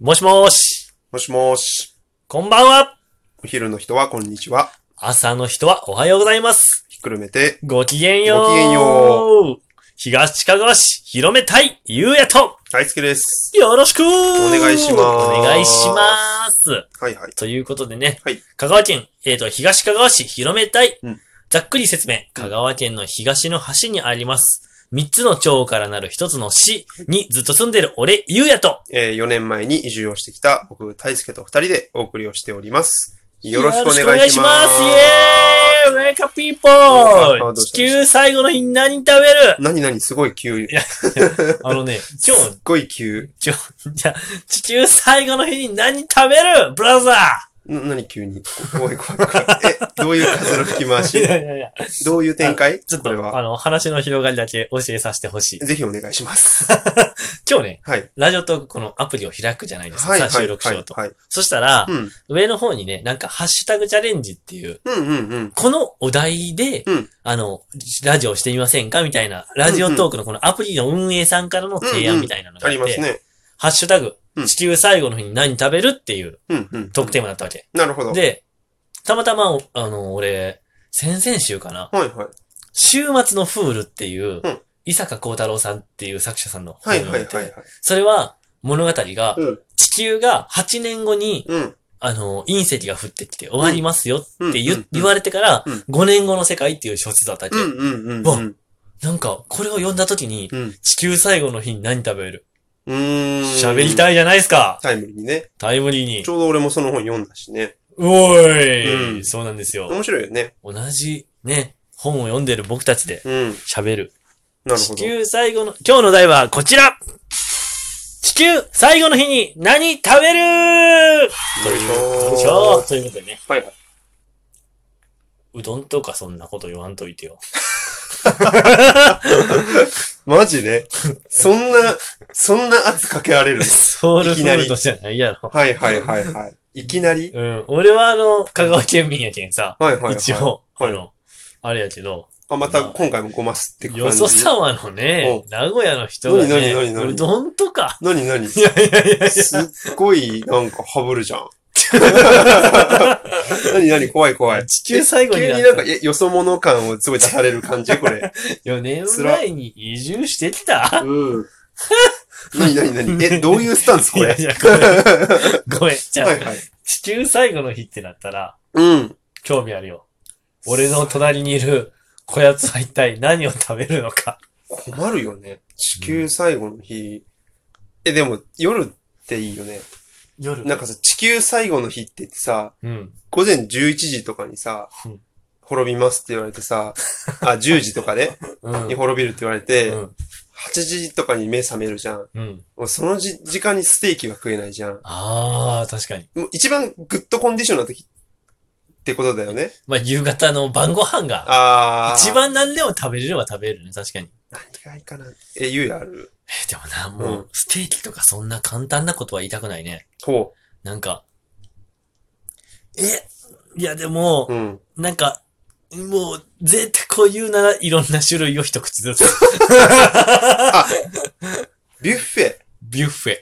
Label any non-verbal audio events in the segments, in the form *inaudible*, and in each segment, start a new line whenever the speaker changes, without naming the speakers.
もしもーし、
もしもし。
こんばんは。
お昼の人は、こんにちは。
朝の人はおはようございます。
ひっくるめて、
ごきげんよう。
ごきげんよ
東近川市広めたい、ゆうやと、
大好きです。
よろしくお
願いします
お願いします。
はいはい。
ということでね、
はい
香川県、えっ、と、東香川市広めたい。
うん
ざっくり説明、香川県の東の端にあります。三つの町からなる一つの市にずっと住んでる俺、ゆうやと、
えー、4年前に移住をしてきた、僕、大輔と2人でお送りをしております。よろしくお願いします。
よろしくお願いしますイエーイウェルカ
ど
ム
う
ピーポー
し
地
たどうした
球最後の日に何食べる
何何すごい急。
あの
*laughs*
ね、
す
今
っごい急。
日、じゃあ地球最後の日に何食べるブラザ
な、何急に。怖い怖い怖い。え、どういう風の吹き回
ーい
し
やいやいや、
どういう展開
ちょっ
これ
と、
は。
あの、話の広がりだけ教えさせてほしい。
ぜひお願いします。
今日ね、
はい。
ラジオトークこのアプリを開くじゃないですか。
はい、は
さあ
い、
収録し
は
よう
い
と。。
はい。
そしたら
う、ん。
上の方にね、なんか、ハッシュタグチャレンジっていう、
うん、うん、うん。
このお題で、
うん
あの、ラジオしてみませんかみたいな、ラジオトークのこのアプリの運営さんからの提案みたいなのがあ
あ
っ
り
て、
ますね。
ハッシュタグ
う、ん
地球最後の日に何食べるっていう
うん、うん。
トークテーマだったわけ。
なるほど。はい、
で、たまたま、あの、俺、先々週かな、
はい。
週末のフールっていう、
うん
伊坂幸太郎さんっていう作者さんの本を
はい、
読ん
は
で
い、
て、
はい。
それは物語が、
うん
地球が8年後に、
うん。
あの、隕石が降ってきて終わりますよって言,、
うんうん
言われてから、
うん
5年後の世界っていう小説だったわけ。
うん、うん、うん。
わ
うん。
なんか、これを読んだ時に、
うん。
地球最後の日に何食べる
うーん。
喋りたいじゃないですか
タイムリーにね。
タイムリーに
ち。ょうど俺もその本読んだしね。
おーい、
うん
そうなんですよ。
面白いよね。
同じね、本を読んでる僕たちで
うん。
喋る。
なる
地
ほど。
球最後の、今日の題はこちら地球最後の日に何食べるという、
よいし
しょ
ょー
ということでね、
はいはい。
うどんとかそんなこと言わんといてよ。
マジで *laughs* そんな、そんな圧かけられる。
ソウルフードじゃないやろ。
はいはいはいはい。いきなり
うん、俺はあの、香川県民やけんさ、
はいはいはい。
一。応、
はい
あの、あれやけど、
あ、また今回もごますって感じ。
よそ様のね、名古屋の人がね、
何々何々
うどんとか、
なになに
いやいやいやいや
すっごい、なんか、ハブる
*laughs*
じゃん。なになに怖い怖い。
地球最後に
急
な
に
っ
な
た
んか、え、よそ者感をすごい出される感じこれ。
4年前に移住してき
*laughs*
た
うん。なになになにえ、どういうスタン
い
スこれ
やいや、
*laughs*
ごめん。ごめん。じゃ
は
あ
い、はい。
地球最後の日ってなったら、
うん。
興味あるよ。俺の隣にいる、こやつは一体何を食べるのか。
困るよね。地球最後の日。え、でも、夜っていいよね。
夜
なんかさ、地球最後の日って言ってさ、
うん。
午前11時とかにさ
うん、
滅びますって言われてさ、あ、10時とかね、
*laughs* うん
に。滅びるって言われて、
うん
8時とかに目覚めるじゃん。
うん。
もうそのじ時間にステーキは食えないじゃん。
ああ、確かに。
もう一番グッドコンディションな時ってことだよね。
まあ、夕方の晩ご飯が、
あー。
一番何でも食べれれば食べれるね、確かに。
何がいいかな。え、ゆうやある
え、でもな、も
う
う、ステーキとかそんな簡単なことは言いたくないね。
ほ
なんか、え、いやでも、
う。うん。
なんか、もう、絶対こう言うなら、いろんな種類を一口ずつ。
*laughs* ビュッフェ、
ビュッフェ。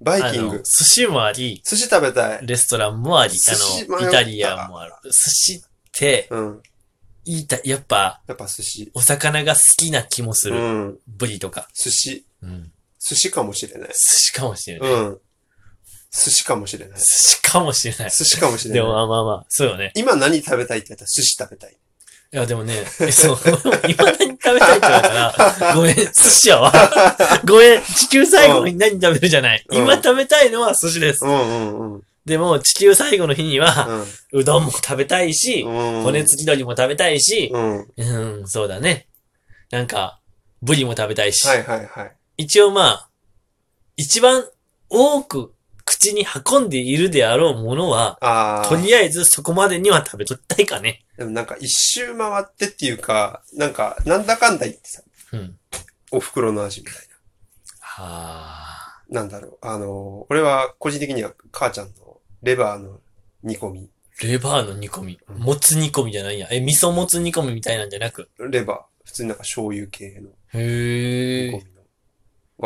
バイ
あ
キン
の、
グ
寿、司もあり、
寿司食べたい。
レストランもあり、
寿司
あ
迷
の、
っ
イ
た
タリアンもある。寿司って、
うん。
いいた、やっぱ、
やっぱ寿司。
お魚が好きな気もす
う
る。
ん。
ブリとか。
寿司。
うん。
寿司かもしれない
寿。司かもしれない。寿
うん。寿司かもしれない。寿
司かもしれない。
司かもしれ
でも
ない。
まあまあまあ、そうよね。
今何食べたいって言ったら寿司食べたい。
いやでもね、
*laughs*
えそう、今何食べたいって言われたら、ごめん、寿司やわ。ごめん、地球最後に何食べるじゃない。
うん
今食べたいのは寿司です。
うんうんうん。
でも、地球最後の日には、
う
うどんも食べたいし、
ん。うん
骨付き鳥も食べたいし、
うん。はい
うん、そうだね。なんか、ブリも食べたいし、
はいはい。
一応まあ、一番多く口に運んでいるであろうものは、
あ
と
あ。
りあえずそこまでには食べときたいかね。
でもなんか一周回ってっていうか、なんか、なんだかんだ言ってさ、
うん。
お袋の味みたい
はあ。
な。なんだろう。あのー、俺は個人的には母ちゃんのレバーの煮込み。
レバーの煮込み。
うん
もつ煮込みじゃないんや。え、味噌もつ煮込みみたいなんじゃなく。
レバー。普通になんか醤油系の
へ
煮
え
込。みの。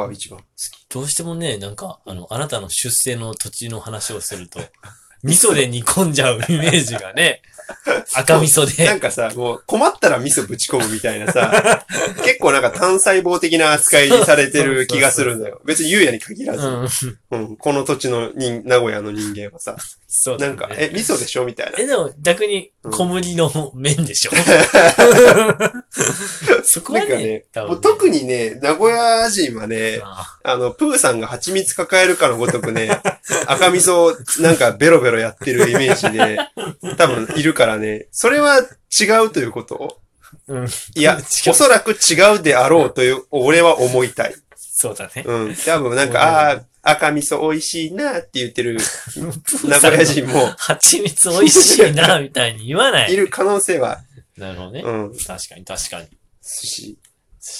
が一番好き。
どうしてもね、なんか、あの、あなたの出生の土地の話をすると、 *laughs* 味噌で煮込んじゃうイメージが
*laughs*
ね、赤味噌
なん
で。
かさ、もう困ったら味噌ぶち込むみたい
*laughs*
なさ、結構なんか単細胞的な扱いにされてる気がするんだよ。別に優也に限らず、
うん、
うんこの土地の人名古屋の人間はさ、
そうだ
な
ね
んか、え、味噌でしょみたいな。
え、でも、逆に
うん
小麦の麺でし
*laughs*
ょ、そこは
なんか
ね
ね、、
多
も
分
う特にね、名古屋人はね、
あ
あの、プーさんが蜂蜜抱えるかのごとくね、 *laughs* 赤味噌をなんかベロベロやってるイメージで、多分いるからね、それは違うということ
うん
いや
違う、
おそらく違うであろうという、俺は思いたい。
そうだね。
うん。多分なんか、ああー、赤味噌美味しいなって言ってる名
名
古屋
*laughs*
人も
蜂蜜美味しいな、みたいに言わないい。
る可能性は、
なるほどね。
うん。
確かに、確かに。
寿司。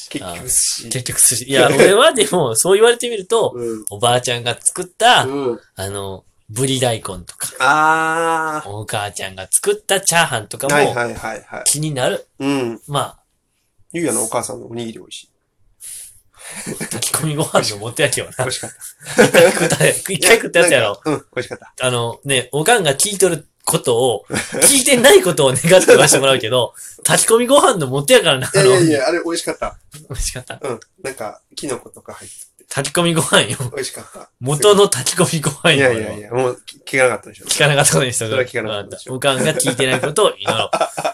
結局寿司。
結局寿司。いや、俺はでも、そう言われてみると、
うん。
おばあちゃんが作った、
うん。
あの、ぶり大根とか、
あ
お母ちゃんが作ったチャーハンとか
あ。はい
も
はいはいはい。
気になる。
うん。
まあ、
ゆうやのお母さんのおにぎり美味しい。
炊き込みご飯のもとやけど
美
な。
味しかった。
一回食った、一回食ったやつやろ。
なんかうん、美味しかった。
あのね、おかんが聞いとることを、聞いてないことを願って言わせてもらうけ
*laughs*
ど、炊き込みご飯のもとやからな、あ
い
の、
やいやいや、あれ美味しかった。
美味しかった。
うん。なんか、キノコとか入って
炊き込みご飯よ。
美味しかった。
元の炊き込みご飯
い
よ。
やいやいや、もう聞かなかった
*laughs*
でしょ。
聞かなかったことにした
それは聞かなかったでしょ
おかんが聞いてないことを祈
*laughs*
ろう。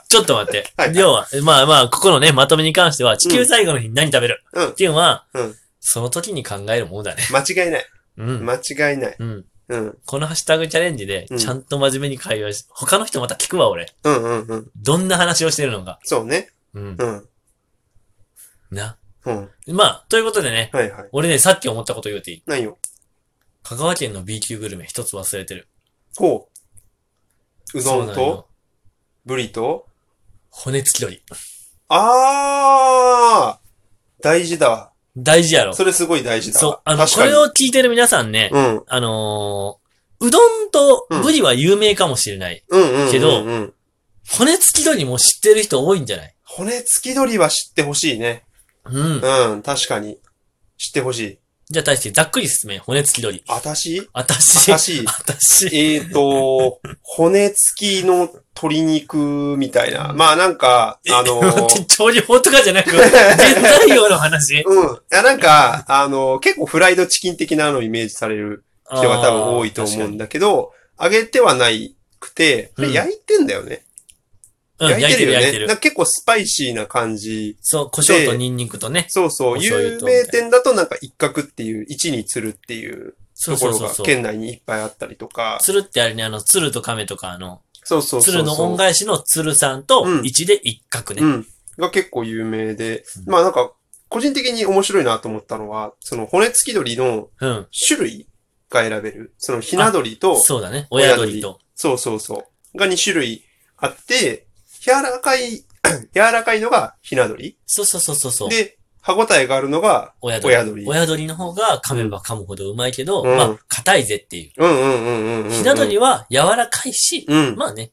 ちょっと待って
はい。
要は、まあまあ、ここのね、まとめに関しては、地球最後の日に何食べる、
うん
っていうのは、
うん
その時に考えるものだね。
間違いない。
うん。
間違いない。
うん。
うん。
このハッシュタグチャレンジで
う、ん
ちゃんと真面目に会話し、他の人また聞くわ、俺。
うんうんうん。
どんな話をしてるのか。
そうね。
うん。
うん。
な。
うん。
まあ、ということでね、
はいはい。
俺ね、さっき思ったこと言うていい
何よ。
香川県の B 級グルメ一つ忘れてる。
こう。う
そ
ど
うんな
と
の、
ブリと、
骨付き鳥。
あー大事だわ。
大事やろ。
それすごい大事だ
そう
わ。。
あの、
確
こ
かに
れを聞いてる皆さんね、
うん。
あのー、うどんとブリは有名かもしれない。
うんうんうんうん。
けど骨付き鳥も知ってる人多いんじゃない
骨付き鳥は知ってほしいね。
うん。
うん、確かに。知ってほしい。
じゃあ対してざっくり進め、骨付き鳥。
あたし
あたし。
あ
*laughs*
たし
あたし。
えーと、骨付きの鶏肉みたいな。まあなんか、あの
*laughs* 調理法とかじゃなく、原材料の話。
*laughs* うん。いや、なんか、あの結構フライドチキン的なのをイメージされる人が多分多いと思うん
だ。
だけど、揚げてはないくて、で
うん
焼いてんだよね。
確かにうん、焼いてる
よ
焼いて
ね。な
る。
んか結構スパイシーな感じ。
そう、胡椒とニンニクとね。
そうそう。
お醤
有
油と
名店だとなんか一角っていう、一に釣るっていう
そ
と
うそう
ころ
そう
が
そう。
県内にいっぱいあったりとか。
鶴ってあれね、あの、鶴と亀とかあの、
そうそうそうそ
鶴
う。
の恩返しの鶴さんと
う、ん
一で一角
う
ね。
ん。が結構有名で、
うん
まあなんか、個人的に面白いなと思ったのは、その骨付き鳥の
うん。
種類が選べる。そのひな鳥と、
そうだね。親鳥と。
そうそうそう。が2種類あって、柔らかい、 *clears throat* 柔らかいのがひな鳥。
そうそうそうそうそう。
で、歯応えがあるのが、
親鳥。
親鳥
の方が噛めば噛むほどうまいけど、
うん
まあ、硬いぜっていう。
うんうんうんうんうん、うん。
ひな鳥は柔らかいし、
うん。
まあね、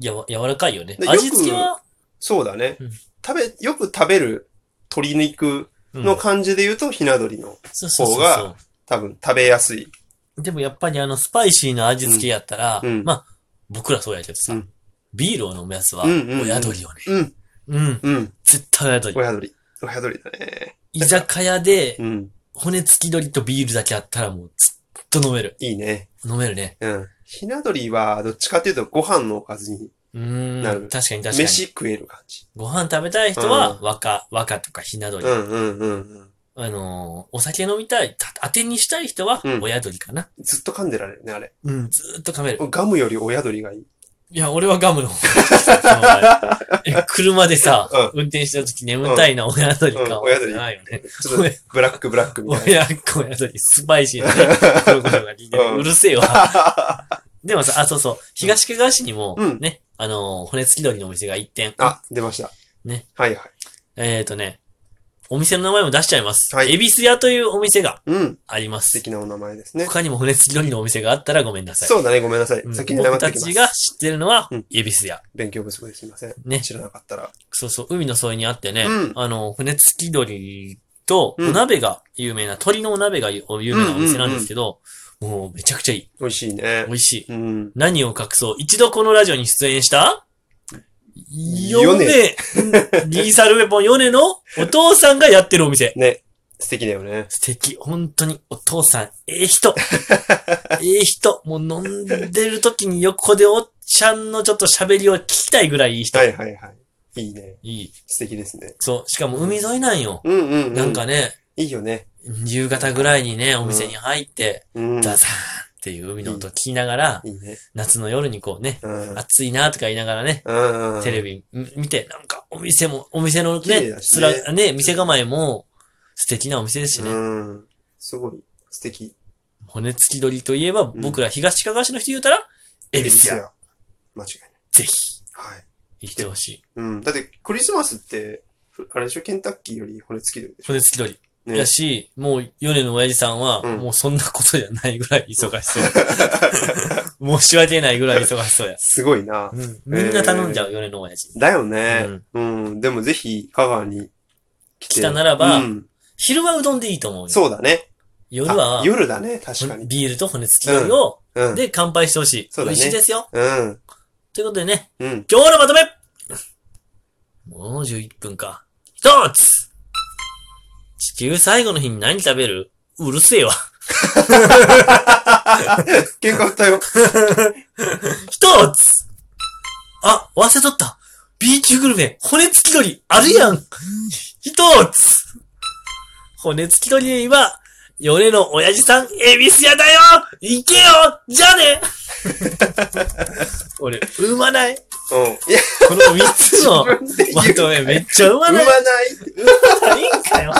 やわ、柔らかいよね
で。よく
味付けは、
そうだね
うん。
食べ、よく食べる鶏肉
うん、
の感じで言うと、ひな鳥の
そうそうそう
方が
そ
多分食べやすい。
う。でもやっぱりあの、スパイシーな味付けやったら、
うんうん
まあ、僕らそうやけどさ、
うん
ビールを飲むやつは、
うんうんうん
親鳥よね。
うん、
うん、
うん。
絶対親鳥。
親鳥。親鳥だね。
居酒屋で
う、ん。
骨付き鳥とビールだけあったらもう、ずっと飲める。
いいね。
飲めるね。
うん。ひな鳥は、どっちかというと、ご飯のおかずに、
う
な
ーん。
る
確かに確かに。
飯食える感じ。
ご飯食べたい人は、
う
若、若とかひな
う
鳥
んうんうんうん。
あのーお酒飲みたい、た当てにしたい人は
う、ん
親鳥かな。
ずっと噛んでられるね、あれ。
うん、ずーっと噛める。
ガムより親鳥がいい。
いや、俺はガムの方が *laughs* え車でさ、
うん
運転した時眠たいな、親鳥
うん
か。
親鳥
ないよね。
ちょっと、ブラックブラックみたい
親、親鳥、スパイシーなね、黒子が聞いて
う
る。
ん
うるせえわ。
な。
でもさ、あ、そうそう。東かがわ市にも
うん、
ね、あのー骨付き鳥のお店が1店。
*laughs* あ、出ました。
ね。
はいはい。
えっとね、お店の名前も出しちゃいます。
はい
恵比寿屋というお店が
うん。
ありま
素
す。
敵なお名前ですね。
他にも骨付き鳥のお店があったらごめんなさい。
そうだね、ごめんなさい。
うん
先に黙
僕
って
た
き
ち
ま
が
す。
知ってるのは
うん、
恵比寿屋。
勉強不足ですいません。
ね。
知らなかったら。
そうそう、海の沿いにあってね、
うん
あの、船付き鳥と、お
うん
鍋が有名な、鶏のお鍋が有有名なお店なんですけど、もうめちゃくちゃいい。
美味しいね
美。味しい。
うん。
何を隠そう。一度このラジオに出演した、ヨ
ヨネ
ネ、 *laughs* リーサルウェポンヨネのお父さんがやってるお店。
ね。素敵だよね。
素敵。本当に、お父さん、ええ
*laughs*
人。ええ人。もう飲んでる時に横でおっちゃんのちょっと喋りを聞きたいぐらいいい人。、
はいいはいはい。いいね。
い
素敵ですね。
そう。しかも海沿いなんよ。
うんうん、うん。
なんかね、
いいよね。
夕方ぐらいにね、お店に入って、
うん。
ザザーンっていう海の音聞きながら、
いいね。
夏の夜にこうね、
うん。
暑いなとか言いながらね、
うんうん。
テレ
ビ。
ビみ見て、なんかお店も、お店の
綺麗
ね、
だし
つ
ね
ら、ね、店構えも素敵なお店ですしね。
うん。すごい。素敵。
骨付き鶏といえば、
ん
僕ら東かがわ市の人言うたら、エビスや。
や。間違いない。
ぜひ、
はい。
行ってほしい。
うん。だって、クリスマスって、ふあれでしょケンタッキーより骨付き鳥でしょ
骨付き鶏。
ね
やし、もう、ヨネの親父さんは、
うん
もうそんなことじゃないぐらい忙し
*laughs*
そう。申し訳ないぐらい忙しそうや。
すごいな。
うんみんな頼んじゃう、ヨネの親父。
だよね。うん。でもぜひ、香川に来て。
来たならば
うん。
昼はうどんでいいと思うよ。
そうだね。
夜
あ
は、
夜だね。確かに。
ビールと骨付き鶏を、
うん。
で、乾杯してほしい。
そうだね
美味しいですよ。
うん。
ということでね、
うん。 *laughs*
今日のまとめもう11分か。一つ地球最後の日に何食べるうるせえわ。
喧嘩売ったよ。
一つあ、忘れとった。B 級グルメ、骨付き鳥、あるやん一つ骨付き鳥で言えば、ヨネの親父さん、エビス屋だよ行けよじゃあ *laughs* ね俺、産まない。
うん。いや、
この三つの *laughs*
自分で言う
まとめめっちゃ産ま
産ま
ない。
ない。
いいんかよ